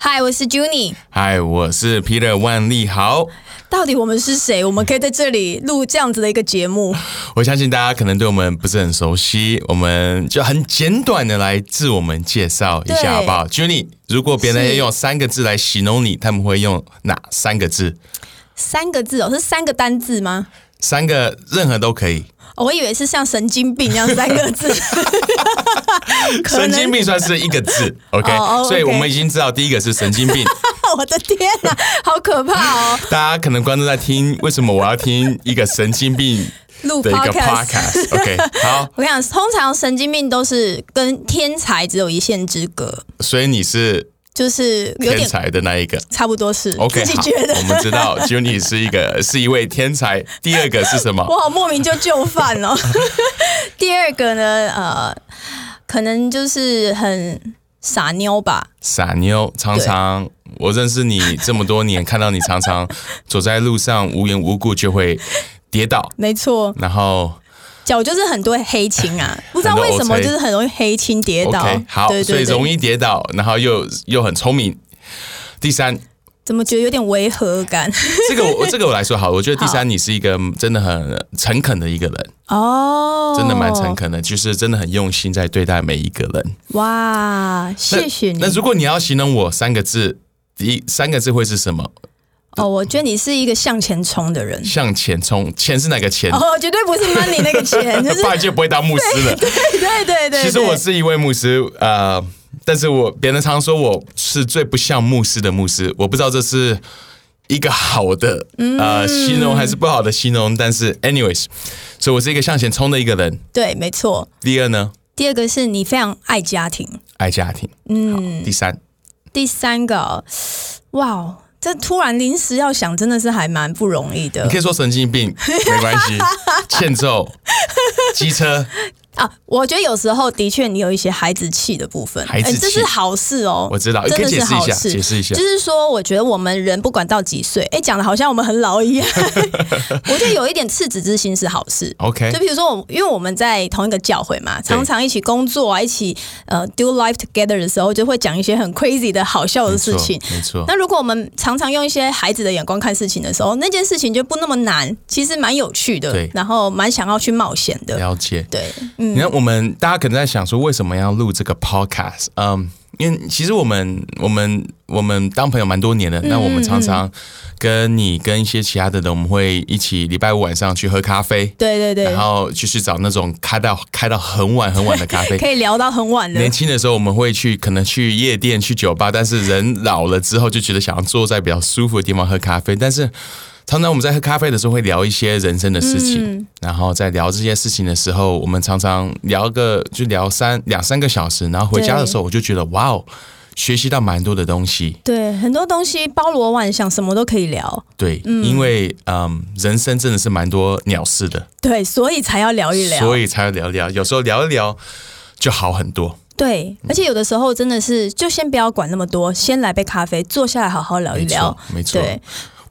嗨，我是 Juni。嗨，我是 Peter 万利豪。到底我们是谁？我们可以在这里录这样子的一个节目？我相信大家可能对我们不是很熟悉，我们就很简短的来自我们介绍一对下好不好？Juni，如果别人要用三个字来形容你，他们会用哪三个字？三个字哦，是三个单字吗？三个任何都可以。哦我以为是像神经病一样三个 字。可能啊神经病算是一个 字，OK，、哦哦所以 OK 我们已经知道第一个是神经病。我的天哪、好可怕哦！大家可能观众在听，为什么我要听一个神经病录的一 个 podcast。 podcast？OK，、好，我跟你讲，通常神经病都是跟天才只有一线之隔，所以你是就是有天点才的那一个。差不多是 OK，自己好觉，得我。们知道 Juni 是 一个是一位天才。第二个是什么？我好莫名就就范哦。 第二个呢，呃，可能就是很傻妞吧。傻妞，常常我认识你这么多年，看到你常常走在路上无缘无故就会跌倒，没错，然后脚就是很多黑青啊，不知道为什么很多 OK 就是很容易黑青跌倒。 OK，好，对所以对容对，易跌倒，然后又又很聪明。第三，怎么觉得有点违和 感？这 个我这个我来说好，我觉得第三你是一个真的很诚恳的一个人，哦，真的蛮诚。恳的，就是真的很用心在对待每一个人。哇，那谢谢你那。如果你要形容我三个字，第一三个字会是什么？哦，我觉得你是一个向前冲的 人。向前冲，钱是哪个钱？哦，绝对不是 money 那个钱， 就是不然就不会当牧师 了。对对对对。其实对我是一位牧师，呃，但是我别人常说我是最不像牧师的牧师，我不知道这是一个好的嗯呃形容还是不好的形容，但是 anyways，所以我是一个向前冲的一个人。对，没错。第二呢，第二个是你非常爱家庭，爱家庭，嗯，第三，第三个哦，哇哦，这突然临时要想，真的是还蛮不容易的你可以说神 经病没关系，欠揍，机车，啊。我觉得有时候的确你有一些孩子气的部分，孩子哎这气是好事哦。我知道，你真可的以解是释一好下，事。解释一下就，是说，我觉得我们人不管到几岁，哎，讲的好像我们很老 一样。我觉得有一点赤子之心是好事。 OK 就比如说我，因为我们在同一个教会嘛，常常一起工作啊，一起呃 do life together 的时候，就会讲一些很 crazy 的好笑的没错事情。没错，那如果我们常常用一些孩子的眼光看事情的时候，那件事情就不那么难，其实蛮有趣的对，然后蛮想要去冒险的。嗯了解。对，你看，我们大家可能在想说，为什么要录这个 podcast？嗯，因为其实我们我们我们当朋友蛮多年嗯的，那我们常常跟你跟一些其他的人，我们会一起礼拜五晚上去喝咖啡，对对对然，后就是找那种开到开到很晚很晚的 咖啡。可以聊到很晚的年。轻的时候，我们会去可能去夜店、去酒吧，但是人老了之后就觉得想要坐在比较舒服的地方喝咖啡。但是常常我们在喝咖啡的时候会聊一些人生的事情，嗯然后在聊这些事情的时候，我们常常聊个就聊三两三个小时，然后回家的时候我就觉得哇哦，学习到蛮多的东西。对，很多东西包罗万象，什么都可以聊。对，因为嗯，人生真的是蛮多鸟事的，对，所以才要聊一聊。所以才要聊聊，有时候聊一聊就好很多。对，而且有的时候真的是，就先不要管那么多，先来杯咖啡，坐下来好好聊一没聊错。，没错。对，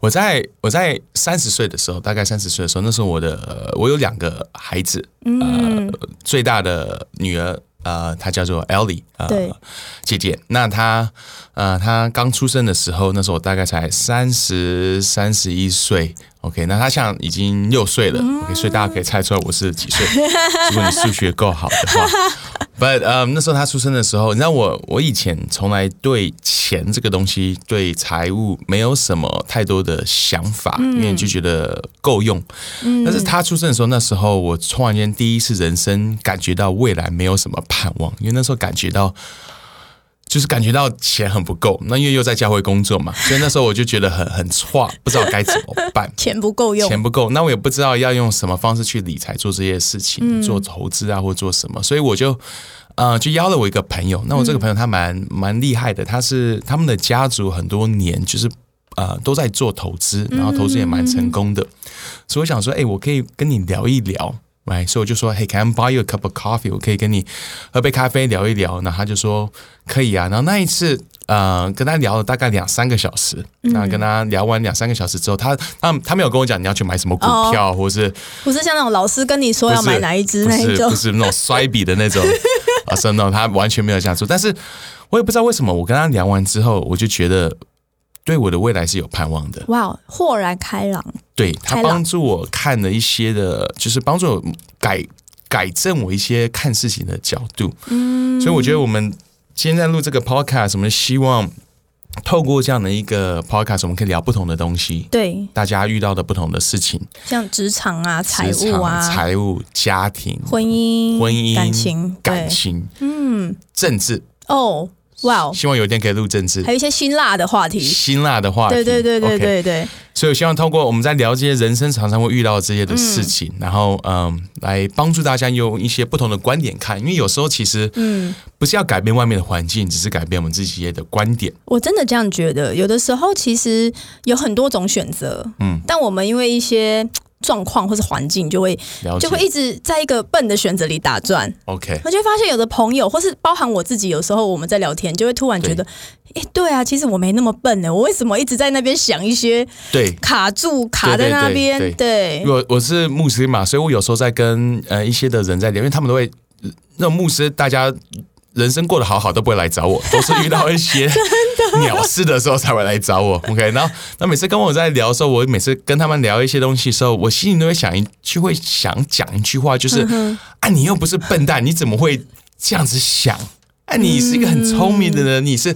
我在我在三十岁的时候，大概三十岁的时候，那时候我的、呃、我有两个孩子，呃，最大的女儿呃，她叫做 Ellie，对呃，姐姐。那她呃，她刚出生的时候，那时候我大概才三十三十一岁。OK，那她现在已经六岁了、o k 所以大家可以猜出来我是几岁。如果你数学够好的话，But 呃、那时候她出生的时候，你知道我我以前从来对钱这个东西、对财务没有什么太多的想法，因为就觉得够用。但是她出生的时候，那时候我突然间第一次人生感觉到未来没有什么盼望，因为那时候感觉到。就是感觉到钱很不够，那因为又在教会工作嘛，所以那时候我就觉得很很差，不知道该怎么办。钱不够用。钱不够，那我也不知道要用什么方式去理财做这些事情，做投资啊，或做什么，所以我就。呃，就邀了我一个朋友，那我这个朋友他蛮蛮厉害的，他是他们的家族很多年就是呃都在做投资，然后投资也蛮成功的，所以我想说，哎、我可以跟你聊一聊， right？所以我就说，Hey，can I buy you a cup of coffee？我可以跟你喝杯咖啡聊一聊。然后他就说可以啊。然后那一次，呃，跟他聊了大概两三个小时。嗯那跟他聊完两三个小时之后，他他他没有跟我讲你要去买什么股票，或是不是像那种老师跟你说哦不要是买哪一支不那是一种不，是那种摔笔 的那种啊，是那种他完全没有这样做。但是我也不知道为什么，我跟他聊完之后，我就觉得对我的未来是有盼望的。哇，豁然开朗，对他开朗帮助我看了一些的，就是帮助我改改正我一些看事情的角度。嗯，所以我觉得我们今天在录这个 podcast，我们希望透过这样的一个 podcast，我们可以聊不同的东西，对，大家遇到的不同的事情，像职场啊、财职务场、啊、财务、家庭、婚姻、婚姻、感情、感对情，嗯，政治，哦，哇哦，希望有一天可以录政治还。有一些辛辣的话题。辛辣的话题，对对对对 OK 对对所以我希望通过我们在聊这些人生常常会遇到的这些的事情，然后嗯，来帮助大家用一些不同的观点看，因为有时候其实嗯，不是要改变外面的环境，只是改变我们自己的观点。我真的这样觉得。有的时候其实有很多种选择，嗯，但我们因为一些状况或是环境，就会了解就会一直在一个笨的选择里打转。 OK，我就会发现有的朋友，或是包含我自己，有时候我们在聊天，就会突然觉得，哎、对啊，其实我没那么笨呢，我为什么一直在那边想一些对。卡住卡在那边？对对对我我是牧师嘛，所以我有时候在跟呃一些的人在聊，因为他们都会呃那种牧师，大家人生过得好好都不会来找我，都是遇到一 些鸟事的时候才会来找我。OK，然后那每次跟我在聊的时候，我每次跟他们聊一些东西的时候，我心里都会想一句，会想讲一句话，嗯就是、啊，你又不是笨蛋，你怎么会这样子想？啊，你是一个很聪明的人，嗯你是。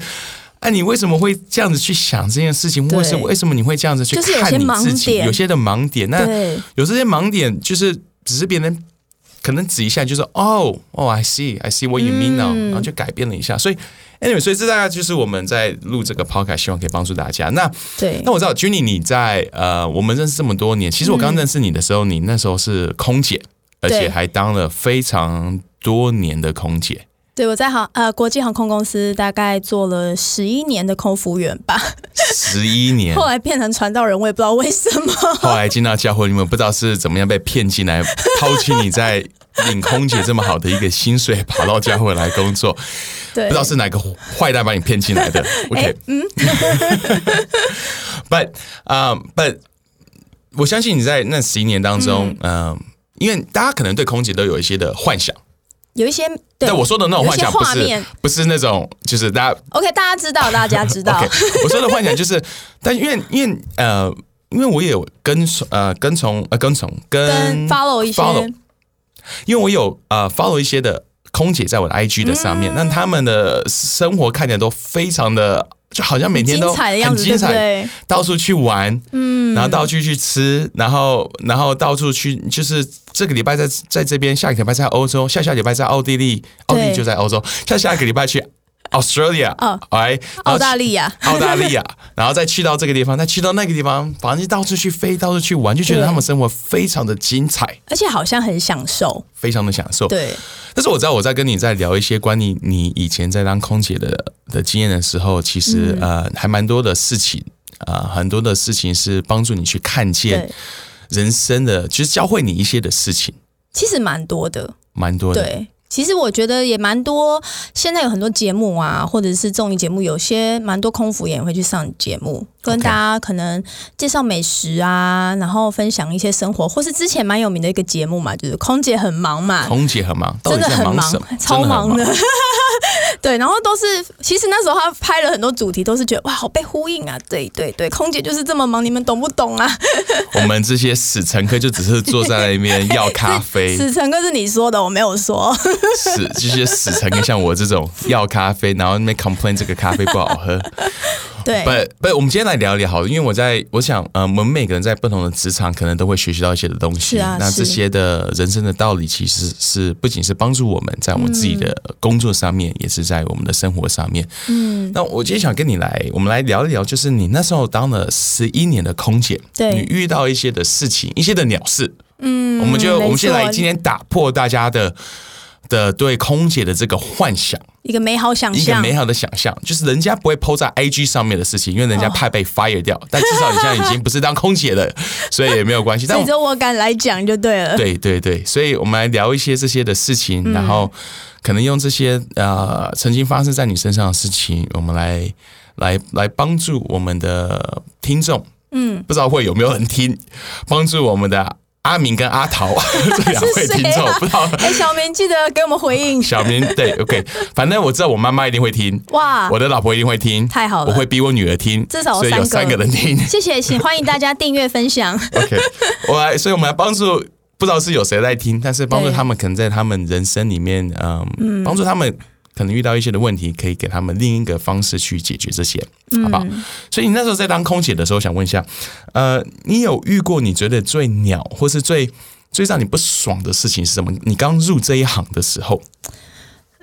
啊，你为什么会这样子去想这件事情？对为什么为什么你会这样子去就是有看些你自盲己？点有些的盲点，那对有这些盲点，就是只是别人可能指一下，就是哦哦，I see，I see what you mean now，、然后就改变了一下。所以，anyway，所以这大概就是我们在录这个 podcast，希望可以帮助大家。那对那我知道 j u n y 你在呃，我们认识这么多年，其实我刚认识你的时候，你那时候是空姐，而且还当了非常多年的空姐。对，我在航呃国际航空公司大概做了十一年的空服员吧，嗯十 一年，后来变成传道人，我也不知道为什 么。后来进到教会，你们不知道是怎么样被骗进来，抛弃你在领空姐这么好的一个薪水，跑到教会来工作，对，不知道是哪个坏蛋把你骗进来 的。OK，嗯哎 ，But 啊、um,，But 我相信你在那十一年当中，嗯、因为大家可能对空姐都有一些的幻想，有一些对但我说的那种有一幻些想不画是面不是那种，就 是大家 OK，大家知道，大家知道 OK，我说的幻想就是， 但因为因为呃，因为我也有跟从呃跟从呃跟从跟跟 follow 一些 follow，因为我有呃 follow 一些的空姐在我的 IG 的上嗯面，那、他们的生活看起来都非常的，就好像每天都精彩的样很子，精对不彩，对？到处去玩，嗯，然后到处去吃，然后然后到处去，就是这个礼拜在在这边，下个礼拜在欧洲，下下礼拜在奥地利，奥地利对就在欧洲，下下个礼拜去 Australia，哦哎，然后澳大利亚，澳大利亚，然后再去到这个地方，再去到那个地方，反正就到处去飞，到处去玩，就觉得对他们生活非常的精彩，而且好像很享受，非常的享受。对，但是我知道我在跟你在聊一些关于你以前在当空姐的的经验的时候，其实、嗯呃还蛮多的事情，呃很多的事情是帮助你去看见对人生的，其实教会你一些的事情，其实蛮多的，蛮多的。对。其实我觉得也蛮多，现在有很多节目啊，或者是综艺节目，有些蛮多空服也会去上节目，跟 OK 大家可能介绍美食啊，然后分享一些生活，或是之前蛮有名的一个节目嘛，就是空姐很忙嘛，空姐很忙，到 真的底在很忙忙什么？，超真的很忙的。 对，然后都是，其实那时候他拍了很多主题，都是觉得哇，好被呼应啊！对对对，空姐就是这么忙，你们懂不懂啊？我们这些死乘客就只是坐在那边要咖啡，死成 哥是你说的，我没有 说。死这些死乘客像我这种要咖啡，然后那边 complain 这个咖啡不好喝。对，不不，我们今天来聊一聊好了，因为我在我想，呃，我们每个人在不同的职场，可能都会学习到一些的东是西。啊那是这些的人生的道理，其实是不仅是帮助我们在我们自己的工作上面，也是在我们的生活上面。嗯，那我今天想跟你来，我们来聊一聊，就是你那时候当了十一年的空姐，对你遇到一些的事情，一些的鸟事。嗯，我们就没错我们先来今天打破大家的。的对空姐的这个幻想，一个美好想一个象，美好的想象，就是人家不会 PO 在 IG 上面的事情，因为人家哦怕被 fire 掉。但至少你现在已经不是当空姐 了，所以也没有关系。但所我以们说我敢来讲就对了。对对对，所以我们来聊一些这些的事情，嗯然后可能用这些呃曾经发生在你身上的事情，我们来来来帮助我们的听众。嗯，不知道会有没有人听，帮助我们的阿明跟 阿桃这两位是听谁众，啊不知道 哎、小明记得给我们回应。小明对 OK，反正我知道我妈妈一定会听，哇我，的老婆一定会听，啊太好了我会逼我女儿听，至少有所以有三三个个人听。谢谢，请欢迎大家订阅分享。 OK，我 来，所以我们来帮助，不知道是有谁在听，但是帮助对他们，可能在他们人生里面，嗯，帮助他们可能遇到一些的问题，可以给他们另一个方式去解决这些，嗯好不好？所以你那时候在当空姐的时候，想问一下，呃，你有遇过你觉得最鸟或是最最让你不爽的事情是什么？你刚入这一行的时候，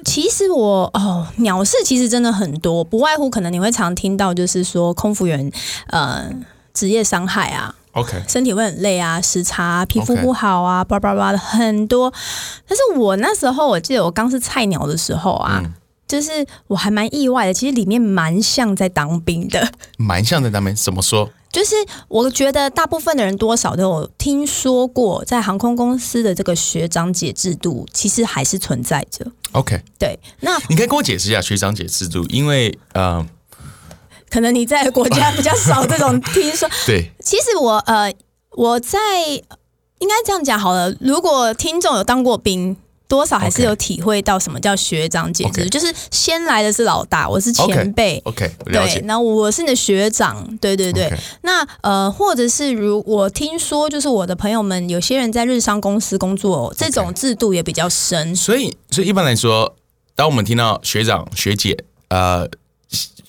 其实我哦，鸟事其实真的很多，不外乎可能你会常听到，就是说空服员呃职业伤害啊， OK，身体会很累啊，时差、啊、皮肤 OK 不好啊，叭叭叭的很多。但是我那时候我记得我刚是菜鸟的时候啊。嗯就是我还蛮意外的，其实里面蛮像在当兵的。蛮像在那边怎么说？就是我觉得大部分的人多少都有听说过，在航空公司的这个学长姐制度其实还是存在着。 OK，对，那你可以跟我解释一下学长姐制度，因为呃，可能你在的国家比较少这种听说。 对，其实我呃，我在应该这样讲好了。如果听众有当过兵，多少还是 OK 有体会到什么叫学长姐制 OK 就是先来的是老大，我是 OK 前辈。 OK，了对解，。那我是你的学长，对对对。 OK 那呃，或者是如我听说，就是我的朋友们，有些人在日商公司工作，这种制度也比较深。所以，所以一般来说，当我们听到学长学姐，呃，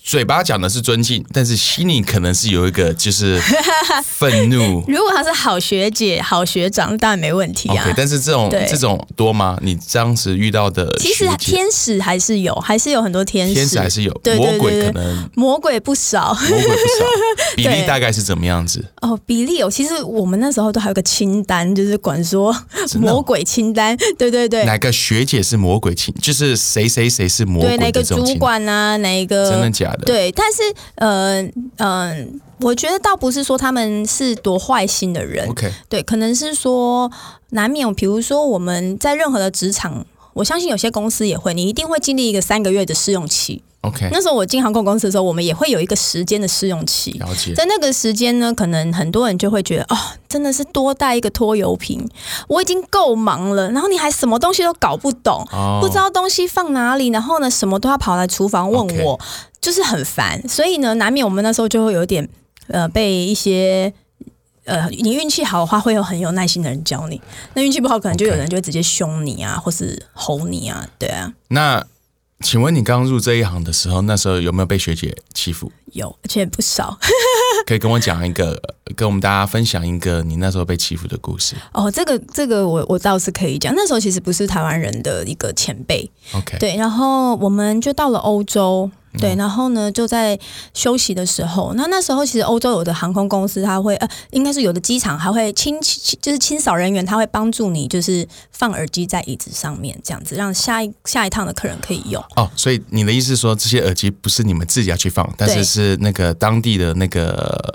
嘴巴讲的是尊敬，但是心里可能是有一个就是 愤怒。如果他是好学姐、好学长，当然没问题啊。 OK，但是这种对这种多吗？你当时遇到的其实学姐天使还是有，还是有很多天使，天使还是有，对对魔鬼对可对能魔鬼不少 魔鬼不少，比例对大概是怎么样子？哦，比例有。其实我们那时候都还有个清单，就是管说真的哦魔鬼清单，对对对。哪个学姐是魔鬼情？就是谁谁谁是魔对鬼哪的个这种主情况？管啊，哪一个真的假的？对，但是呃嗯、呃我觉得倒不是说他们是多坏心的人， ，OK，对，可能是说难免，比如说我们在任何的职场。我相信有些公司也会，你一定会经历一个三个月的试用期。 OK，那时候我进航空公司的时候，我们也会有一个时间的试用期。了解。在那个时间呢，可能很多人就会觉得，哦，真的是多带一个拖油瓶，我已经够忙了，然后你还什么东西都搞不懂，哦不知道东西放哪里，然后呢，什么都要跑来厨房问我就是很烦。所以呢，难免我们那时候就会有点呃被一些。呃，你运气好的话，会有很有耐心的人教你；那运气不好，可能就有人就会直接凶你啊或是吼你啊，对啊，那请问你刚入这一行的时候，那时候有没有被学姐 欺负？有，而且不少。可以跟我讲一个，跟我们大家分享一个你那时候被欺负的故事。哦，这个这个我我倒是可以讲，那时候其实不是台湾人的一个前辈， OK，对，然后我们就到了欧洲。对，然后呢，就在休息的时候，那那时候其实欧洲有的航空公司，它会呃，应该是有的机场还会清，清就是清扫人员，他会帮助你，就是放耳机在椅子上面，这样子让下一下一趟的客人可以用。哦，所以你的意思是说，这些耳机不是你们自己要去放，但是是那个当地的那个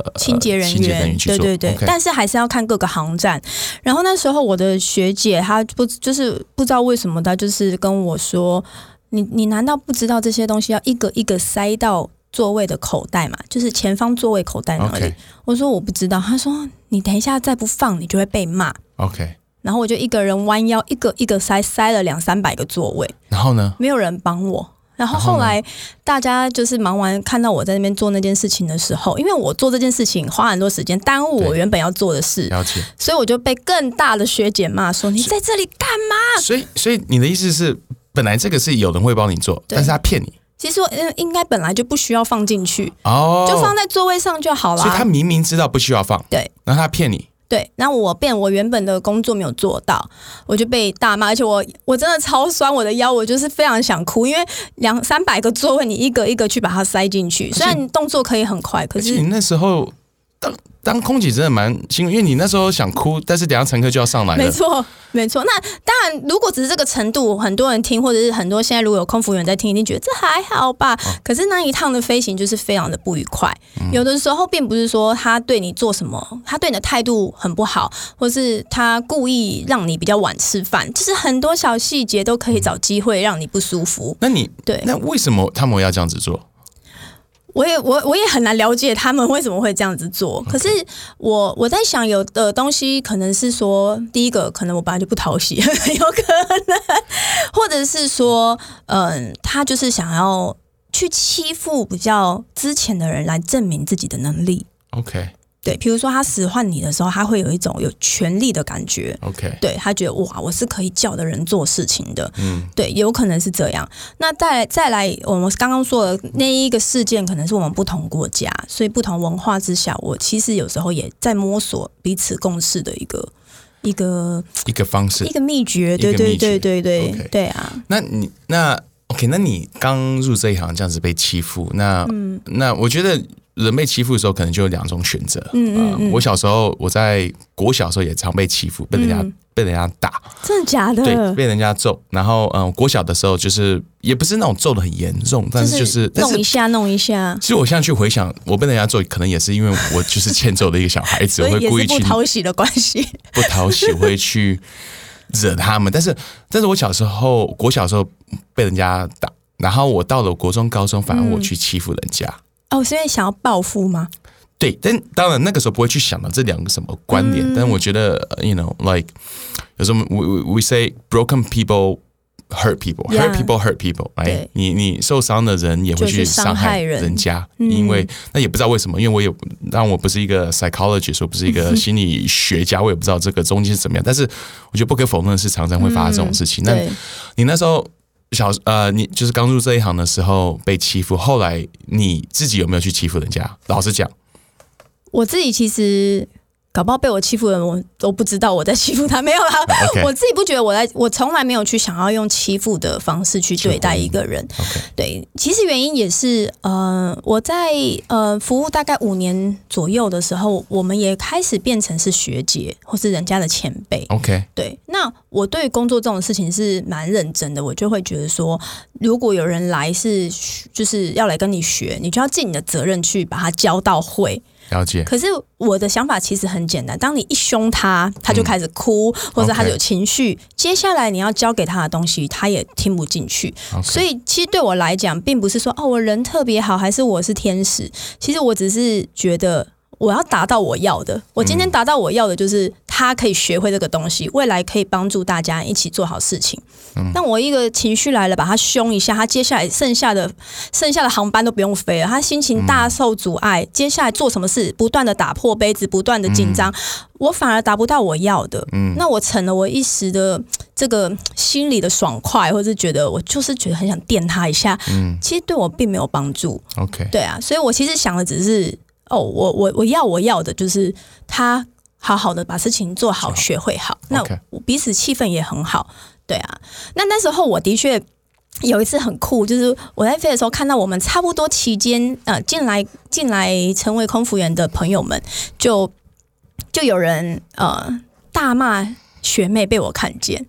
呃清洁人清洁人员，员去做。对对对 OK，但是还是要看各个航站。然后那时候我的学姐她不就是不知道为什么，她就是跟我说：“你你难道不知道这些东西要一个一个塞到座位的口袋嘛？就是前方座位口袋那里。 OK 我说：“我不知道。”她说：“你等一下再不放，你就会被骂。 OK，” 然后我就一个人弯腰，一个一个塞，塞了两三百个座位。然后呢？没有人帮我。然后然后呢后来大家就是忙完，看到我在那边做那件事情的时候，因为我做这件事情花很多时间，耽误我对原本要做的事，了解。所以我就被更大的学姐骂说：“你在这里干嘛所以，所以你的意思是，本来这个是有人会帮你做，对但是他骗你？”其实我嗯应该本来就不需要放进去，哦，就放在座位上就好所以他啦。明明知道不需要放，对，然后他骗你。对，那我变我原本的工作没有做到，我就被大骂，而且我我真的超酸我的腰，我就是非常想哭，因为两三百个座位，你一个一个去把它塞进去，虽然你动作可以很快，可而且是你那时候当当空姐真的蛮辛苦，因为你那时候想哭，但是等一下乘客就要上来没了。错，没错。那当然，如果只是这个程度，很多人听，或者是很多现在如果有空服员在听，一定觉得这还好吧。可是那一趟的飞行就是非常的不愉快。有的时候并不是说他对你做什么，他对你的态度很不好，或是他故意让你比较晚吃饭，就是很多小细节都可以找机会让你不舒服。那你对那为什么他们要这样子做？我也我我也很难了解他们为什么会这样子做。可是我我在想，有的东西可能是说，第一个可能我本来就不讨喜，有 可能，或者是说，嗯，他就是想要去欺负比较之前的人来证明自己的能力。 OK 对，比如说他使唤你的时候，他会有一种有权力的感觉。 OK，对他觉得哇，我是可以叫的人做事情的，嗯，对，有可能是这样。那再来再来，我们刚刚说的那一个事件，可能是我们不同国家，所以不同文化之下，我其实有时候也在摸索彼此共事的一个一个一个方式一。个秘诀，对个对秘对诀对对 OK 对啊，那你那 OK，那你刚入这一行这样子被欺负，那、那我觉得人被欺负的时候，可能就有两种选择。嗯嗯我小时候我在国小的时候也常被欺负，被人家、被人家打，真的假对，的？被人家揍。然后嗯、呃国小的时候就是也不是那种揍的很严重，但是就是但 弄是一下弄一下，其实我现在去回想，我被人家揍，可能也是因为我就是欠揍的一个小孩 子，所我以会也故意是去不讨喜的关系。 不讨喜，我会去惹他们。但 是，但是我小时候，国小时候被人家打，然后我到了国中、高中，反而嗯我去欺负人家。 哦，是因为想要报复吗？对，但当然那个时候不会去想到这两个什么关联。嗯但我觉得呃，you know，like 有什么 we we we say broken people。hurt people, hurt Yeah people, hurt people. 哎对，你你受伤的人也会就去去伤伤害害人嗯人家，因为那也不知道为什么，因为我也当然我不是一个 psychologist，我不是一嗯个心理学家，我也不知道这个中间是怎么样。但是我觉得不可否认的是，常常会发生这种事情。那嗯对，你那时候小呃，你就是刚入这一行的时候被欺负，后来你自己有没有去欺负人家？老实讲，我自己其实搞不好被我欺负的人，我都不知道我在欺负他，没有啦。OK 我自己不觉得我在，我从来没有去想要用欺负的方式去对待一个人。 OK 对，其实原因也是，呃，我在呃服务大概五年左右的时候，我们也开始变成是学姐或是人家的前辈。 OK，对，那我对工作这种事情是蛮认真的，我就会觉得说，如果有人来是就是要来跟你学，你就要尽你的责任去把他教到会。了解。可是我的想法其实很简单，当你一凶他，他就开始哭，或者他 OK 有情绪接下来你要教给他的东西，他也听不进去。所以其实对我来讲，并不是说哦我人特别好，还是我是天使，其实我只是觉得。我要达到我要的，我今天达到我要的就是他可以学会这个东西，未来可以帮助大家一起做好事情。那我一个情绪来了，把他凶一下，他接下来剩下的剩下的航班都不用飞了，他心情大受阻碍，接下来做什么事不断的打破杯子，不断的紧张，我反而达不到我要的，那我成了我一时的这个心里的爽快，或是觉得我就是觉得很想电他一下，其实对我并没有帮助， OK，对啊，所以我其实想的只是，哦，我我我要我要的就是他好好的把事情做好，学会好，那 OK 我彼此气氛也很好，对啊。那那时候我的确有一次很酷，就是我在飞的时候看到我们差不多期间，呃，进来进来成为空服员的朋友们，就就有人呃大骂学妹被我看见。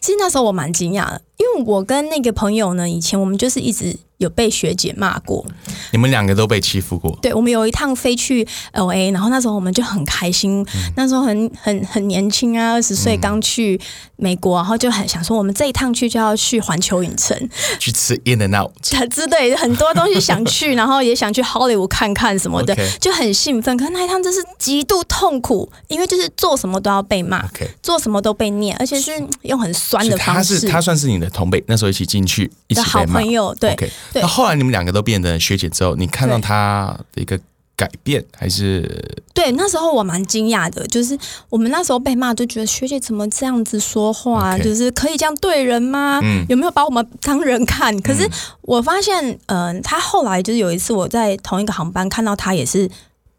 其实那时候我蛮惊讶的，因为我跟那个朋友呢，以前我们就是一直有被学姐骂过，你们两个都被欺负过，对，我们有一趟飞去 L A，然后那时候我们就很开心，嗯那时候很很很年轻啊，二十岁刚去美国，然后就很想说，我们这一趟去就要去环球影城，去吃 In and Out。之类的很多东西想去，然后也想去 Hollywood 看看什么的 OK 就很兴奋。可是那一趟真是极度痛苦，因为就是做什么都要被骂 OK 做什么都被念，而且是用很酸所以的他方是式。他算是你的同辈，那时候一起进去，一起的好被骂朋。友，对 OK，对那后来你们两个都变成学姐之后，你看到对他的一个改变，还是对，那时候我蛮惊讶的，就是我们那时候被骂，就觉得学姐怎么这样子说话啊 OK 嗯就是可以这样对人吗？有没有把我们当人看？可是我发现，嗯、他后来就是有一次我在同一个航班看到他也是。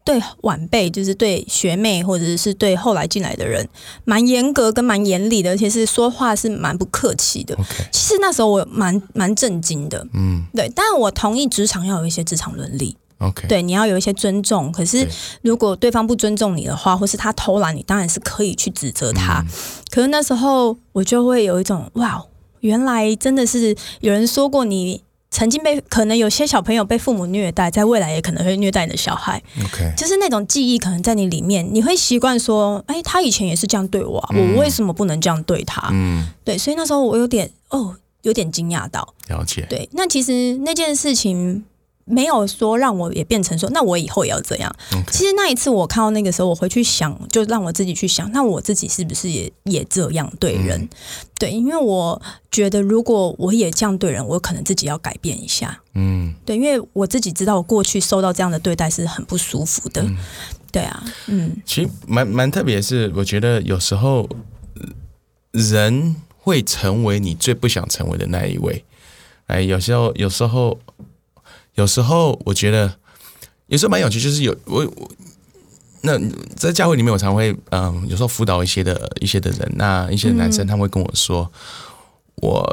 对晚辈，就是对学妹或者是对后来进来的人，蛮严格跟蛮严厉的，而且是说话是蛮不客气的。 OK 其实那时候我蛮蛮震惊的，哦嗯对，但我同意职场要有一些职场伦理， OK，对，你要有一些尊重。可是对如果对方不尊重你的话，或是他偷懒，你当然是可以去指责嗯他。可是那时候我就会有一种哇，原来真的是有人说过你。曾经被可能有些小朋友被父母虐待，在未来也可能会虐待你的小孩， OK，就是那种记忆可能在你里面，你会习惯说，哎，他以前也是这样对我、啊，嗯我为什么不能这样对他？嗯，对，所以那时候我有点哦，有点惊讶到，了解，对，那其实那件事情没有说让我也变成说，那我以后也要这样。 OK 其实那一次我看到那个时候，我回去想，就让我自己去想，那我自己是不是也也这样对嗯人？对，因为我觉得如果我也这样对人，我可能自己要改变一下。嗯，对，因为我自己知道我过去受到这样的对待是很不舒服的。对啊，嗯，其实蛮蛮特别的是，我觉得有时候呃人会成为你最不想成为的那一位。哎，有时候，有时候，有时候，我觉得有时候蛮有趣，就是有我我那在教会里面，我常会嗯，有时候辅导一些的一些的人，那一些男生他们会跟我说，我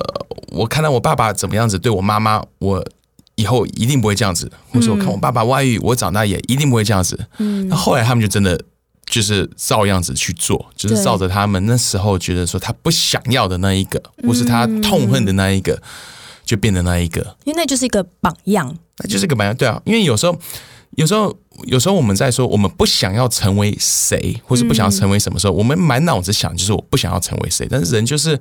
我看到我爸爸怎么样子对我妈妈，我以后一定不会这样子，或者我看我爸爸外遇，我长大也一定不会这样子。那后来他们就真的就是照样子去做，就是对照着他们那时候觉得说他不想要的那一个，或是他痛恨的那一个，就变成那一个。因为那就是一个榜样。那就是个榜样，对啊，因为有时候，有时候，有时候我们在说我们不想要成为谁，或是不想要成为什么时嗯候，我们满脑子想就是我不想要成为谁，但是人就是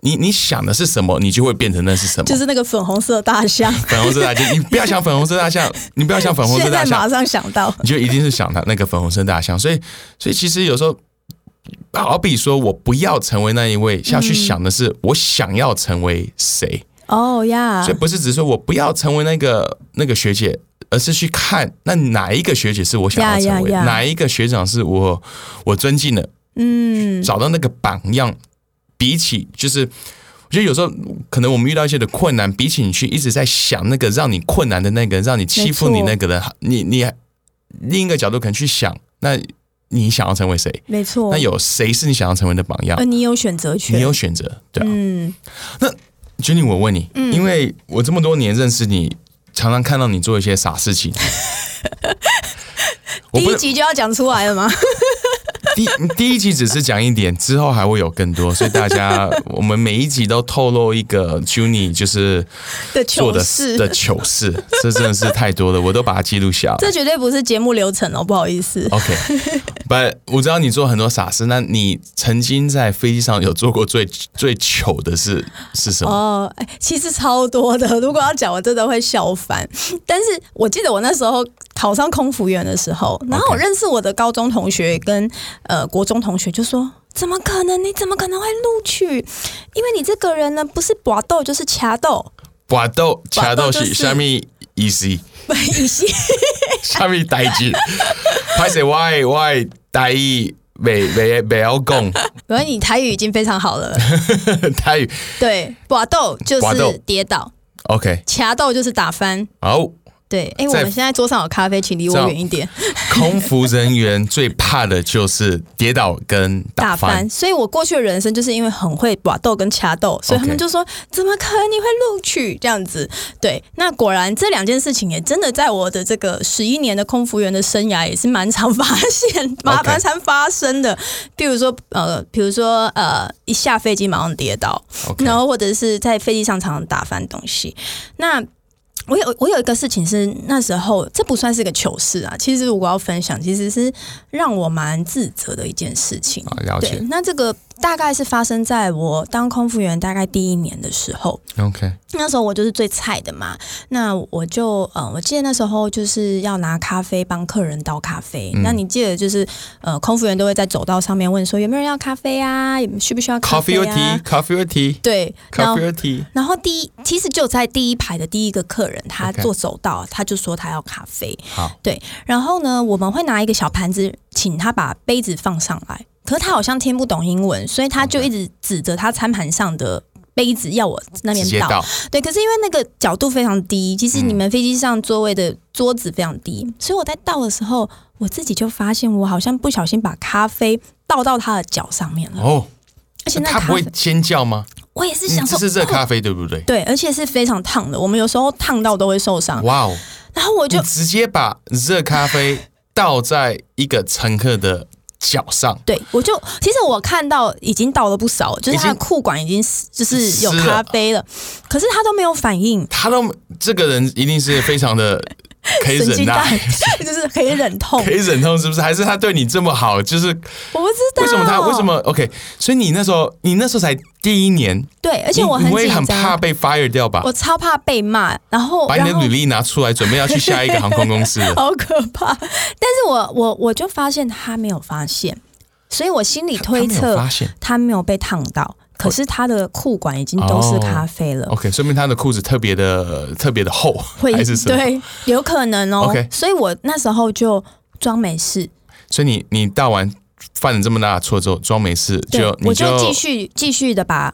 你你想的是什么，你就会变成那是什么。就是那个粉红色大象，粉红色大象，你不要想粉红色大象，你不要想粉红色 现大在象马，上想 到，你就一定是想他那个粉红色大象。所以，所以其实有时候，好比说我不要成为那一位，要嗯去想的是我想要成为谁。哦呀所以，不是只是说我不要成为那个那个学姐，而是去看那哪一个学姐是我想要成为的 Yeah, yeah, yeah 哪一个学长是我我尊敬的，嗯，找到那个榜样。比起就是，我觉得有时候可能我们遇到一些的困难，比起你去一直在想那个让你困难的那个，让你欺负你没错那个人，你你另一个角度可能去想，那你想要成为谁？没错。那有谁是你想要成为的榜样呃，？你有选择权，你有选择，对啊。嗯， Jenny，我问你，因为我这么多年认识你，常常看到你做一些 傻事情。我第不一是集就要讲出来了 吗？第第一集只是讲一点，之后还会有更多，所以大家我们每一集都透露一个 Jenny 就是的糗做的事，的糗事，这真的是太多了，我都把它记录下来。这绝对不是节目流程哦，不好意思。 OK，不，我知道你做很多傻事，那你曾经在飞机上有做过最最糗的事是什么？哦，哎，其实超多的。如果要讲，我真的会笑翻。但是我记得我那时候考上空服员的时候，然后我 OK 认识我的高中同学跟呃国中同学就说：“怎么可能？你怎么可能会录取？因为你这个人呢，不是搏斗就是掐 斗，拔豆、掐豆拔豆就是是下面 意思。不一 些啥物代志？拍摄我的我的台语袂袂袂晓 讲因为你台语已经非常好了。台语。对，搏斗就 搏斗是跌倒， OK，掐斗就是打翻。好，对，哎、我在们现在桌上有咖啡，请离这样我远一点。空服人员最怕的就是跌倒跟打打翻翻，。所以我过去的人生就是因为很会把斗跟掐斗，所以他们 OK 就说怎么可能你会录取这样子？对，那果然这两件事情也真的在我的这个十一年的空服员的生涯也是蛮常发现、蛮 OK 蛮常发生的。譬如说，呃，比如说，呃，一下飞机马上跌倒， OK，然后或者是在飞机上常常打翻东西。那我有我有一个事情是那时候这不算是个糗事啊，其实如果要分享，其实是让我蛮自责的一件事情。好了对解。，那这个大概是发生在我当空服员大概第一年的时候， OK，那时候我就是最菜的嘛，那我就嗯，我记得那时候就是要拿咖啡帮客人倒咖啡。那你记得就是呃，空服员都会在走道上面问说有没有人要咖啡啊，有需不需要咖 coffee 啡 or 啊？ tea，coffee or tea，coffee 对，然后 or tea。然后第一，其实就在第一排的第一个客人，他 OK 做走道他就说他要咖啡。好，对，然后呢，我们会拿一个小盘子，请他把杯子放上来。可是他好像听不懂英文，所以他就一直指着他餐盘上的杯子要我那直边接嗯倒。到。对，可是因为那个角度非常低，其实你们飞机上座位的桌子非常低，所以我在倒的时候，我自己就发现我好像不小心把咖啡倒到他的脚上面了，哦，而且那他咖不会啡，尖叫吗？我也是嗯想说，这是热哦咖啡对不对？对，而且是非常烫的，我们有时候烫到都会受伤。哇哦，然后我你嗯就直接把热咖啡倒在一个乘客的脚上，对我就其实我看到已经倒了不少，就是他已的经裤管已经是就是有湿了咖啡了，可是他都没有反应。他都这个人一定是非 常的可以神忍经耐，带 就是可以忍痛，可以忍痛，是不是？还是他对你这么好？就是我不知道为什么他为什么 OK？所以你那时候你那时候才第一年，对，而且你我你很会很紧怕张，被 fire 掉吧？我超怕被骂，然后把你然的后履历拿出来，准备要去下一个航空公司了。 好可怕。但是我我我就发现他没有发现，所以我心里推他没有测发现他没有被烫到，可是他的裤管已经都是咖啡了。哦，OK，说明他的裤子特别的特别的厚，会还是什么？对，有可能哦。 OK 所以我那时候就装没事，所以你你大完犯了这么大的错之后，装没事对就我你就就继续继续的把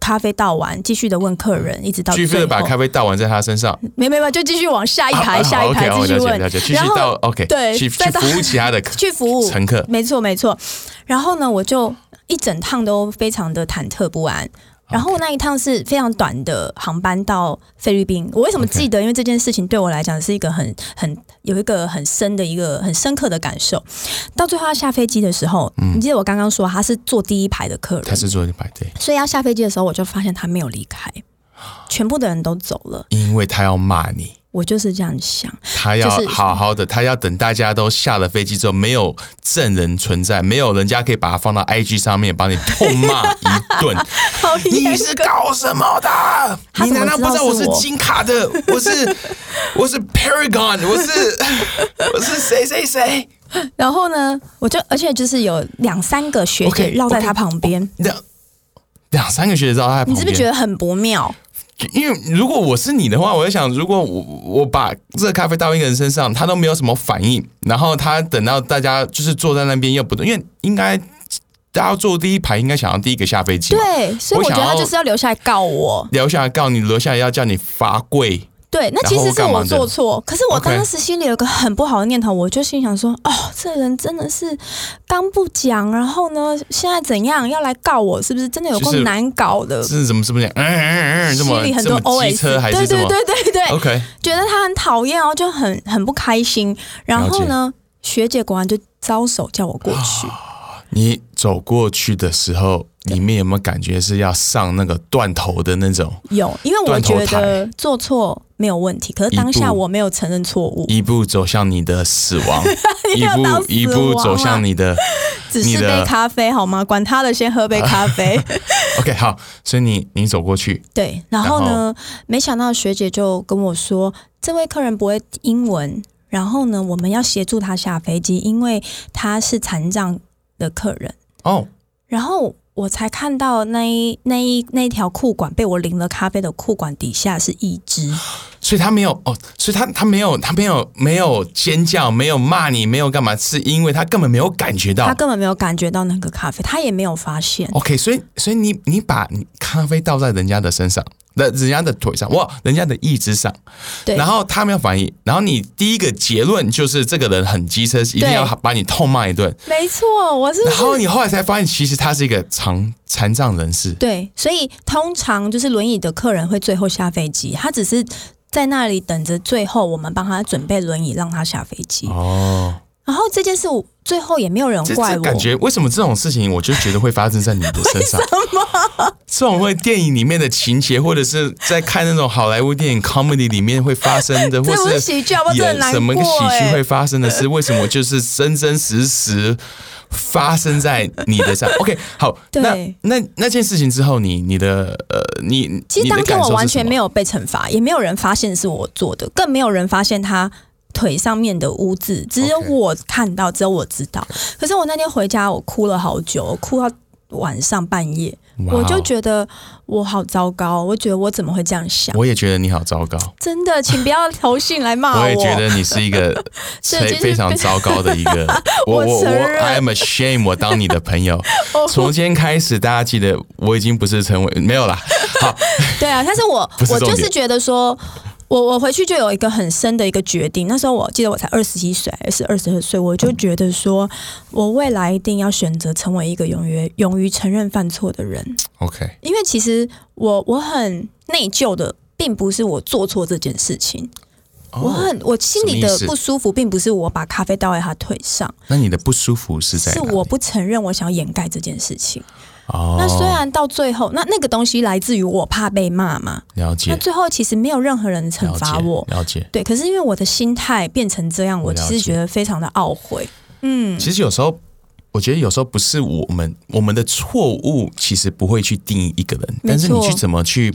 咖啡倒完，继续的问客人，一直到继续最的后把咖啡倒完在他身上，没没没，就继续往下一排、啊下一排好继续，OK，好了解问，了解，继续然后到 OK，对去再去到服务 其他的客去服务乘客。没错没错。然后呢，我就一整趟都非常的忐忑不安。然后那一趟是非常短的航班到菲律宾，我为什么 OK 记得因为这件事情对我来讲是一个很很有一个很深的一个很深刻的感受。到最后要下飞机的时候，你记得我刚刚说他是坐第一排的客嗯他人，是做一排队，所以要下飞机的时候，我就发现他没有离开，全部的人都走了。因为他要骂你，我就是这样想，他要就是好好的，他要等大家都下了飞机之后，没有证人存在，没有人家可以把他放到 IG 上面，把你痛骂一 顿。好你是搞什么的？他你怎么难道不知道我知是道是我金卡的？我 是我是 Paragon，我是 我是谁谁谁？然后呢，我就而且就是有两三个学姐 OK，绕在 OK，他旁边。两两三个学姐知道他在你旁边，是不是觉得很不妙？因为如果我是你的话，我就想，如果我我把热咖啡倒一个人身上，他都没有什么反应，然后他等到大家就是坐在那边又不动，因为应该大家坐第一排，应该想要第一个下飞机嘛，对，所以我我觉得想他要就是要留下来告我。留下来告你，留下来要叫你罚跪。对，那然其后实是干嘛我的做错，可是我 OK 当时心里有个很不好的念头，我就心想说：哦，这人真的是刚不讲，然后呢，现在怎样要来告我，是不是真的有够就是难搞的？是怎么怎么讲？嗯嗯嗯，这心么里很这多么 OS，机车还是对什对么对对对， ？OK，觉得他很讨厌哦，就很很不开心。然后呢，学姐果然就招手叫我过去，啊你走过去的时候，里面有没有感觉是要上那个断头的那种？有，因为我断头觉得做错没有问题，可是当一下步我没有承认错误，一步走向你的死亡，你 一要当步一步死亡走啊向你的。只你是的杯咖啡好吗？管他的，先喝杯咖 啡。 OK，好，所以你你走过去，对，然后呢，没想到学姐就跟我说，这位客人不会英文，然后呢，我们要协助他下飞机，因为他是残障的客人。哦，然后我才看到那一那一那一条裤管被我淋了咖啡的裤管底下是一只，所以他没有哦，所以他他没有他没有没有尖叫，没有骂你，没有干嘛，是因为他根本没有感觉他到。根本没有感觉到那个咖啡，他也没有发现。 OK，所以所以你你把你咖啡倒在人家的身上，人人家的腿上，哇，人家的意志上，对然后他没有反应，然后你第一个结论就是这个人很机车，一定要把你痛骂一顿，没错，我是然后你后来才发现，其实他是一个残残障人士。对，所以通常就是轮椅的客人会最后下飞机，他只是在那里等着最后我们帮他准备轮椅让他下飞机。哦，然后这件事我最后也没有人这怪哦这我，感觉为什么这种事情，我就觉得会发生在你的身上？ 这种会电影里面的情节，或者是在看那种好莱坞电影 comedy 里面会发生 的，或这不是是喜剧，好不好？这很演难什么个过喜哎、剧会发生的事，为什么就是真真实实发生在你的上？OK，好，那对那那件事情之后，你你的呃，你其实你的当天感我受完是什全没么？有被惩罚，也没有人发现是我做的，更没有人发现他腿上面的污渍，只有 OK 我看到，只有我知道。可是我那天回家，我哭了好久，我哭到晚上半夜，哇我就哦觉得我好糟糕，我觉得我怎么会这样想？我也觉得你好糟糕，真的，请不要投信来骂我。我也觉得你是一个啊是啊非就是非常糟糕的 一个，我我我我承认，I am ashamed，我当你的 朋友。哦从今天开始，大家记得我已经不是成为没有啦。好，对啊，但是我不是我重就点是觉得说，我我回去就有一个很深的一个决定。那时候我记得我才二十一岁还是二十二岁，我就觉得说我未来一定要选择成为一个勇于勇于承认犯错的人， OK，因为其实我我很内疚的，并不是我做错这件事情。哦我很我心里什么的意思不舒服，并不是我把咖啡倒在他腿上，那你的不舒服是在是哪里我不承认我想掩盖这件事情。哦，那虽然到最后，那那个东西来自于我怕被骂嘛，了那解最后其实没有任何人惩了罚解我，了解。对。可是因为我的心态变成这样，我我了其实解觉得非常的懊悔。嗯，其实有时候，我觉得有时候不是我们我们的错误，其实不会去定义一个人，没错但是你去怎么去。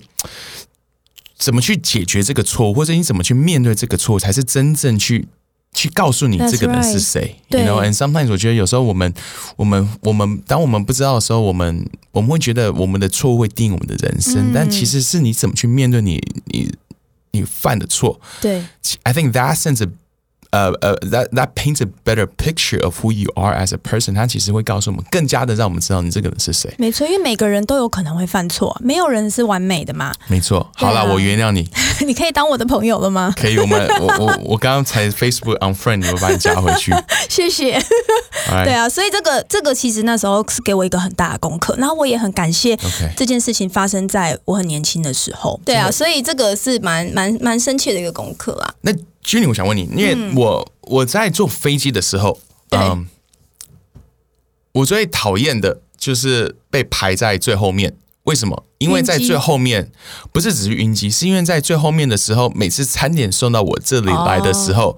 怎么去解决这个错误，或者你怎么去面对这个错误，才是真正去去告诉你 That's 这个人 right 是谁。对 You know, and sometimes 我觉得有时候我们我们我们当我们不知道的时候，我们我们会觉得我们的错误会定义我们的人嗯生，但其实是你怎么去面对你你你犯的错。对， I think that sends a uh, uh, that that paints a better picture of who you are as a person. 它其实会告诉我们，更加的让我们知道你这个人是谁。没错，因为每个人都有可能会犯错，没有人是完美的 嘛。没错。对啊好啦，我原谅你，你可以当我的朋友了吗？可以。我们我我我刚刚才 Facebook unfriend 你，我把你加回 去。 谢谢。哎 Alright 对啊，所以这个这个其实那时候是给我一个很大的功课，然后我也很感谢 OK 这件事情发生在我很年轻的时候。对啊，所以这个是蛮蛮蛮深切的一个功课啊。那 Jenny，我想问你，因为我、我在坐飞机的时候，嗯对嗯，我最讨厌的就是被排在最后面。为什么？因为在晕机最后面，不是只是晕机，是因为在最后面的时候，每次餐点送到我这里来的时候，哦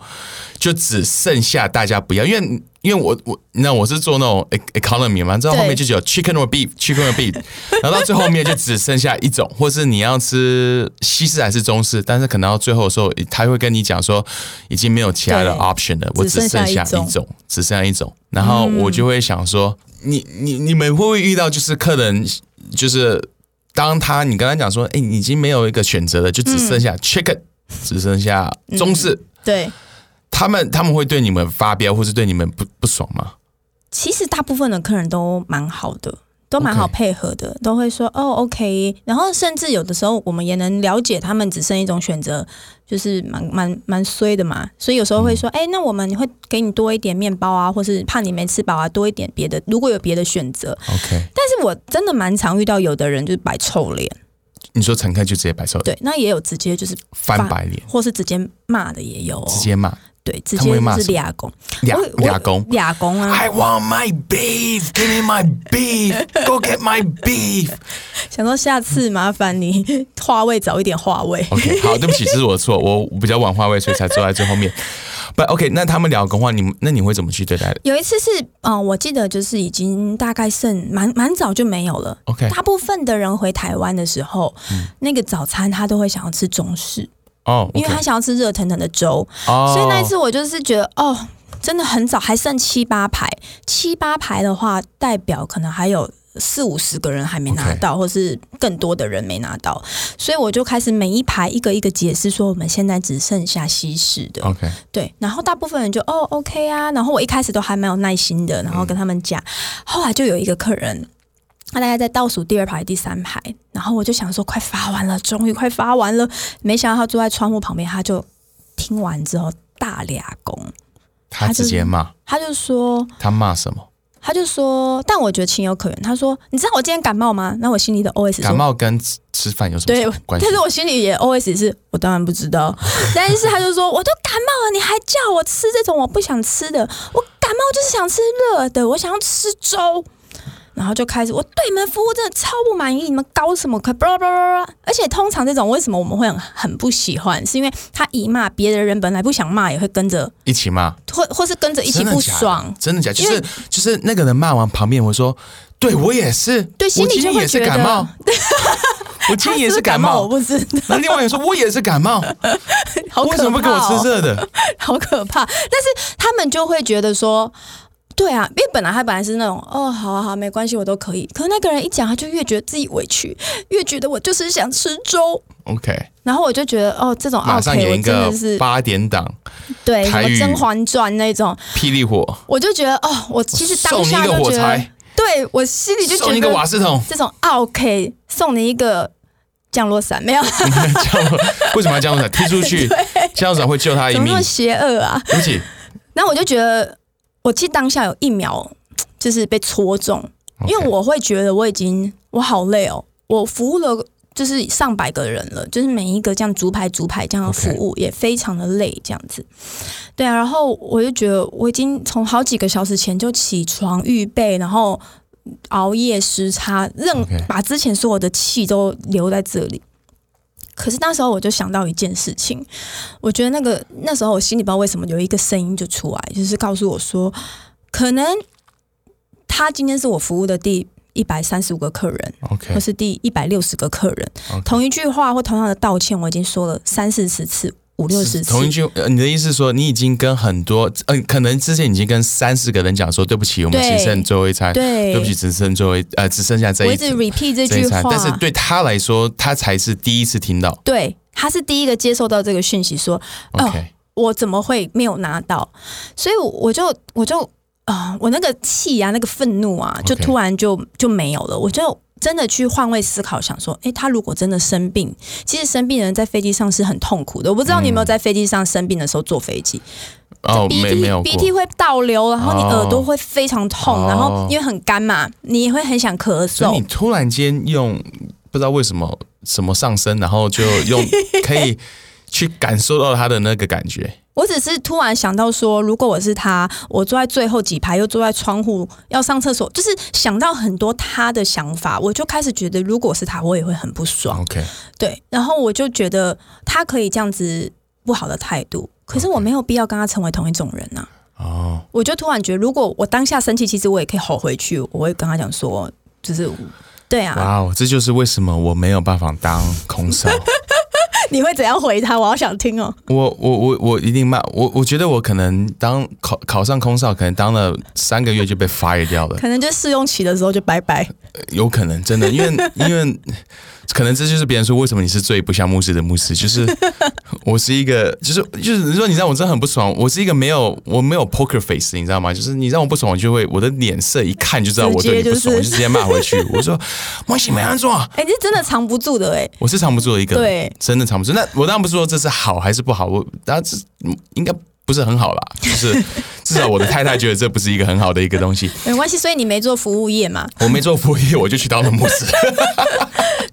就只剩下大家不要，因为因为我我那我是做那种 e- economy 嘛，到后面就只有 chicken or beef，chicken or beef，然后到最后面就只剩下一种，或是你要吃西式还是中式，但是可能到最后的时候，他会跟你讲说已经没有其他的对 option 了，我只只剩剩下下一种一种，只剩下一种，然后我就会想说，你你你们会不会遇到就是客人就是当他你跟他讲说，哎、你已经没有一个选择了，就只剩下 chicken，、只剩下中式，对，他们他们会对你们发飙，或是对你们不不爽吗？其实大部分的客人都蛮好的，都蛮好 OK 配合的都会说哦 OK，然后甚至有的时候我们也能了解他们只剩一种选择，就是蛮蛮蛮衰的嘛，所以有时嗯候会说，哎、那我们会给你多一点面包啊，或是怕你没吃饱啊，多一点别的，如果有别的选择。 OK，但是我真的蛮常遇到有的人就是摆臭脸，你说乘客就直接摆手，对，那也有直接就是翻白脸，或是直接骂的也有、哦，直接骂对，直他们接会骂就什是么俩公俩我我俩公。俩公啊， I want my beef, give me my beef, go get my beef. 想说下次麻烦你 话位早一点话位。 OK，好，对不起，这是我的错，我比较晚换位，所以才坐在最后面。不，OK，那他们聊的话，你们那你会怎么去对待有一次是，嗯、我记得就是已经大概剩蛮蛮早就没有了。 ？OK，嗯大部分的人回台湾的时候，那个早餐他都会想要吃中式，哦因为他，OK，想要吃热腾腾的粥。哦，所以那一次我就是觉得，哦，真的很早，还剩七八排。七八排的话，代表可能还有四五十个人还没拿 OK 到或是更多的人没拿到，所以我就开始每一排一个一个解释说，我们现在只剩下西式的。 OK，对，然后大部分人就哦 OK 啊，然后我一开始都还蛮有耐心的，然后跟他们讲，后来就有一个客人。他大概在倒数第二排、第三排，然后我就想说，快发完了，终于快发完了。没想到他坐在窗户旁边，他就听完之后大俩工，他直接骂，他就说，他骂什么？他就说，但我觉得情有可原。他说，你知道我今天感冒吗？那我心里的 OS 感说，冒跟吃吃饭有什对么关系但？是我心里也 always 是我当然不知道， 但是他就说我都感冒了，你还叫我吃这种我不想吃的，我感冒就是想吃热的，我想要吃粥。然后就开始，我对你们服务真的超不满意，你们搞什么？可巴拉巴拉巴拉！而且通常这种为什么我们会很很不喜欢，是因为他一骂别的人本来不想骂，也会跟着，一起骂，或或是跟着一起真的不假的爽。真的假的？就因为是就是那个人骂完，旁边我说，对我也是，对心我里今天就会也是觉得 感冒，我今天也他不感我不知道，那另外一个说，我也是感冒， 好可怕、哦！为什么不给我吃热的？好可怕。但是他们就会觉得说，对啊，因为本来他本来是那种哦，好啊好，没关系，我都可以。可是那个人一讲，他就越觉得自己委屈，越觉得我就是想吃粥。 OK，然后我就觉得哦，这种马哦 OK，上演我一真个的是八点档对什么台《语甄嬛传》那种，霹雳火，我就觉得哦，我其实送当你下一就个火觉得柴，，对我心里就觉送你一个得瓦 斯桶， 这种哦 OK 送你一个降落伞，没有，啊怎这样为什么要降落伞踢出 去？降落伞会救他一么命那么。邪恶啊？对不起那我就觉得，我其实当下有一秒就是被戳中， OK 因为我会觉得我已经我好累哦，我服务了就是上百个人了，就是每一个这样逐排逐排这样的服务也非常的累，这样子。对啊，然后我就觉得我已经从好几个小时前就起床预备，然后熬夜时差，任 OK 把之前所有的气都留在这里。可是那时候我就想到一件事情，我觉得那个那时候我心里不知道为什么有一个声音就出来，就是告诉我说，可能他今天是我服务的第一百三十五个客人， OK 或是第一百六十个客人 OK 同一句话或同样的道歉，我已经说了三四十次、五 六十是次。同一句，呃你的意思是说你已经跟很多，嗯、可能之前已经跟三十个人讲说对不起，我们对只剩最后一餐，对对不起，只剩最后一，呃，只剩下这哎我一一直 repeat 这这一句餐话，，但是对他来说，他才是第一次听到。对他是第一个接受到这个讯息说，哦 OK，、我怎么会没有拿到？所以我就我就啊、我那个气啊，那个愤怒啊，就 OK 突然就就没有了。我就真的去换位思考，想说，诶，他如果真的生病，其实生病的人在飞机上是很痛苦的。我不知道你有没有在飞机上生病的时候坐飞机，嗯哦，鼻没涕没有过鼻涕会倒流，然后你哦耳朵会非常痛，哦然后因为很干嘛，你也会很想咳所以嗽你。突然间用不知道为什么什么上身，然后就 用可以去感受到他的那个感觉。我只是突然想到说，如果我是他，我坐在最后几排，又坐在窗户，要上厕所，就是想到很多他的想法，我就开始觉得，如果是他，我也会很不爽。 OK，对，然后我就觉得他可以这样子不好的态度，可是我没有必要跟他成为同一种人呐、啊哦，我就突然觉得，如果我当下生气，其实我也可以吼回去，我会跟他讲说，就是对啊，哇哦，这就是为什么我没有办法当空少。 你会怎样回他？我好想听哦。我我我我一定骂我，我觉得我可能当考考上空少，可能当了三个月就被 fire 掉了，可能就试用期的时候就拜拜。有可能真的，因为 因为可能这就是别人说为什么你是最不像牧师的牧师，就是 我是一个，就是就是你说你让我真的很不爽，我是一个没有我没有 poker face，你知道吗？就是你让我不爽，我就会我的脸色一看就知道我对你不爽，直接就是我就直接骂回去， 我说莫西没安装。啊哎、这真的藏不住的哎、我是藏不住的一个，对真的藏不住。那我当然不是说这是好还是不好，我当然这嗯应该不是很好啦，就是至少我的太太觉得这不是一个很好的一个东西。没关系，所以你没做服务业嘛？我没做服务业，我就去当了牧 师。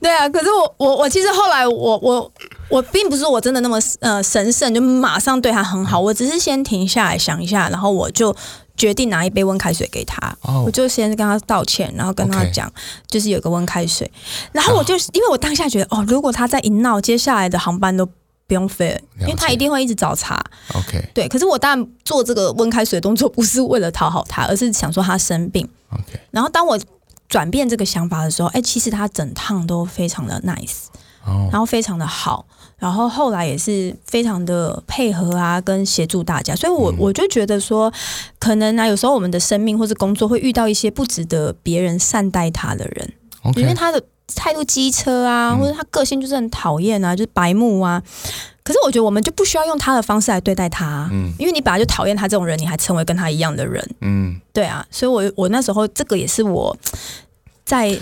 对啊，可是我我我其实后来我我我并不是我真的那么呃神圣，就马上对他很好，嗯我只是先停下来想一下，然后我就决定拿一杯温开水给他。哦我就先跟他道歉，然后跟他 OK 讲就是有个温开水，然后我就、因为我当下觉得哦，如果他再一闹，接下来的航班都不用飞了，因为他一定会一直找茬。 OK 对，可是我当然做这个温开水的动作不是为了讨好他，而是想说他生病。 OK，然后当我转变这个想法的时候，哎、其实他整趟都非常的 nice，哦然后非常的好，然后后来也是非常的配合啊，跟协助大家。所以我，我、就觉得说，可能啊，有时候我们的生命或是工作会遇到一些不值得别人善待他的人，因为 OK，嗯他的态度机车啊，或者他个性就是很讨厌啊，就是白目啊。可是我觉得我们就不需要用他的方式来对待他、啊，嗯因为你本来就讨厌他这种人，你还成为跟他一样的人，嗯，对啊，所以我我那时候这个也是我在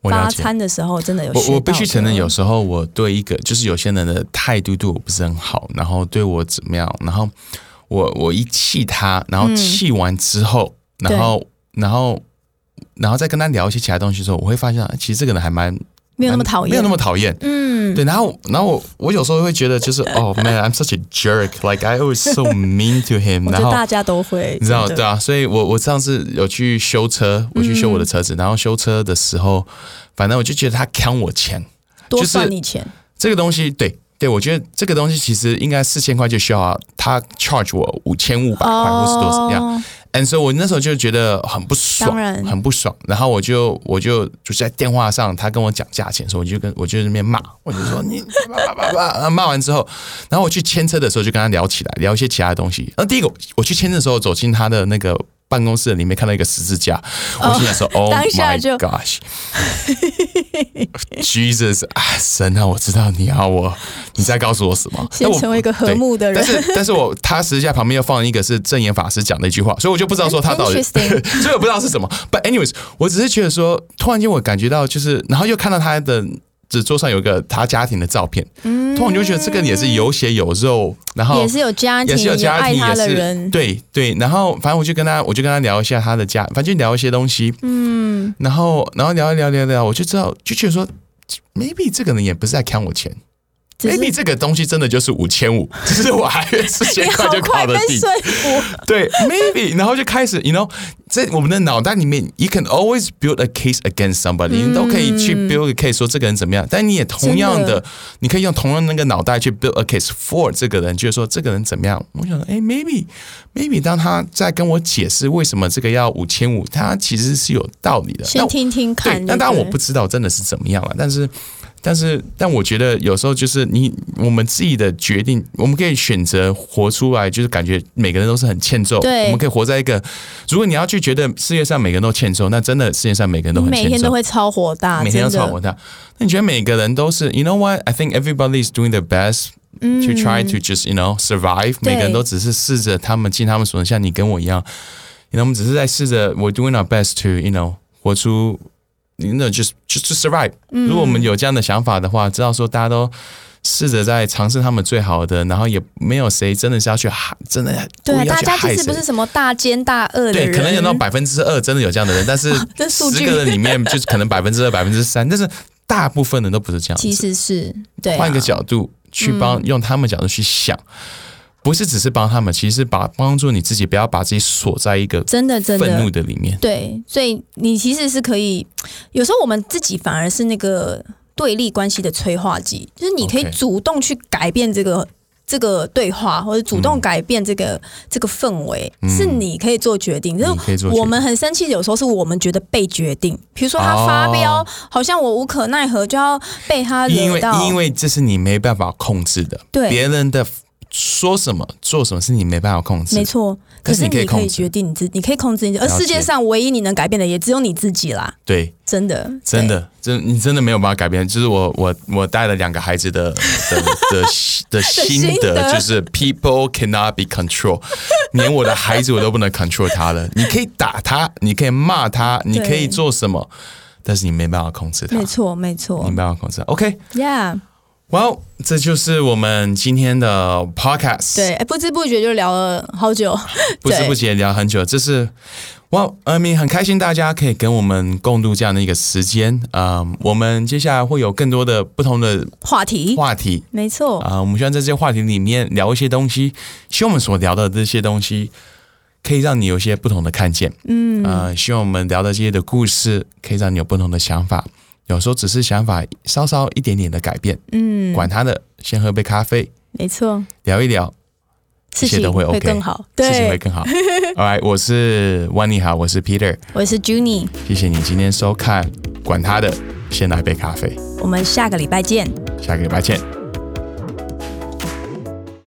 我发了解。餐的时候真的有学到我我必须承认，的有时候我对一个就是有些人的态度对我不是很好，然后对我怎么样，然后我我一气他，然后嗯气完之后，然后然后然后再跟他聊一些其他东西的时候，我会发现啊其实这个人还蛮没有那么讨厌，没有那么讨厌。嗯，对，然后，然后我我有时候会觉得就是哦、oh,，man，I'm such a jerk，like I always so mean to him。我觉然得后大家都会，你知道，真对的啊，所以我我上次有去修车，我去修嗯我的车子，然后修车的时候，反正我就觉得他坑我钱，多就是算你钱，这个东西，对对，我觉得这个东西其实应该四千块就需要啊，他 charge 我五千五百块或是多少样。哦 And 所以，我那时候就觉得很不爽当然，很不爽。然后我就我就就在电话上，他跟我讲价钱的时候，我就跟我就在那边骂，我就说你骂骂骂，然后骂完之后，然后我去牵车的时候就跟他聊起来，聊一些其他的东西。那第一个，我去牵车的时候走进他的那个。办公室里面看到一个十字架，我心想说：“Oh 当下 my 就 gosh，Jesus 啊，神啊，我知道你要我，你在告诉我什么？ 先但我成为一个和对睦的人但是， 但是我他实际上旁边又放一个是正言法师讲的一句话，所以我就不知道说他到底， 所 Interesting 以我不知道是什么。But anyways，我只是觉得说，突然间我感觉到就是，然后又看到他的。这桌上有一个他家庭的照片，突然就觉得这个也是有血有肉，然嗯后也是有家庭，也是有家爱庭，他也的是人，对对。然后反正我就跟他，我就跟他聊一下他的家，反正就聊一些东西。嗯，然后然后聊一聊聊一聊，我就知道就觉得说， maybe 这个人也不是在看我钱。只是 maybe 这个东西真的就是五千五，只是我还四千你块好就搞快得被定。说服， 对，maybe，然后就开始，you know，在我们的脑袋里面，you can always build a case against somebody，、你嗯都可以去 build a case 说这个人怎么样，但你也同样的，真你可以用同样的那个脑袋去 build a case for 这个人，就是说这个人怎么样。我想说，哎，maybe，maybe，当他在跟我解释为什么这个要五千五，他其实是有道理的。那先我听听看对，对不对。那当然我不知道真的是怎么样了，但是，但是，但我觉得有时候就是你我们自己的决定，我们可以选择活出来，就是感觉每个人都是很欠揍。对我们可以活在一个，如果你要去觉得世界上每个人都欠揍，那真的世界上每个人都很欠每揍，天都会超火大，每天都真的超过他。那你觉得每个人都是，you know what? I think everybody is doing their best. To try to just you know survive，嗯对每个人都只是试着他们尽他们所能，像你跟我一样，你 you know, 我们只是在试着 we're doing our best to you know 活出，you know just just to survive、如嗯果我们有这样的想法的话，知道说大家都试着在尝试他们最好的，然后也没有谁真的是要去害，真的故对，啊意要大去家害其实谁不是什么大奸大恶的对，人，可能有到百分之二真的有这样的人， 但是这数十据个人里面就是可能百分之二、百分之三， 但是大部分人都不是这样其子。实是对啊、换一个角度去帮，用他们角度去想，不是只是帮他们，其实是把帮助你自己，不要把自己锁在一个真的真愤怒的的里面。对，所以你其实是可以，有时候我们自己反而是那个对立关系的催化剂，就是你可以 OK 主动去改变这个。这个对话，或者主动改变这个、这个氛围，是你可以做决定。就嗯你可以做决定我们很生气，有时候是我们觉得被决定。比如说他发飙，哦好像我无可奈何，就要被他因惹为到。因为这是你没办法控制的，对别人的说什么做什么是你没办法控制没的。错，但可是是你可以你可控以制决定你自，你可以控制你自己，而了解世界上唯一你能改变的也只有你自己啦，对，真的，真的，真你真的没有办法改变。就是我我我带了两个孩子的的的 的心心得，得就是 people cannot be controlled，连我的孩子我都不能 control 他了。你可以打他，你可以骂他，你可以做什么，但是你没办法控制对，他，没你错，没错没办法控制他。OK， ，Yeah，哇、well,，这就是我们今天的 podcast。对，哎不知不觉就聊了好久，不知不对觉聊很久，这是哇，阿明很开心，大家可以跟我们共度这样的一个时间。嗯，我们接下来会有更多的不同的话题，话题没错，啊、我们希望在这些话题里面聊一些东西，希望我们所聊的这些东西可以让你有一些不同的看见。嗯，呃，希望我们聊的这些的故事可以让你有不同的想法。有时候只是想法稍稍一点点的改变，嗯，管他的，先喝杯咖啡，没错，聊一聊，事一切情都会 OK 更好，事情对，会更 好。好来，我是万你好，我是 Peter，我是 Junie，谢谢你今天收看，管他的，先来杯咖啡，我们下个礼拜见，下个礼拜见，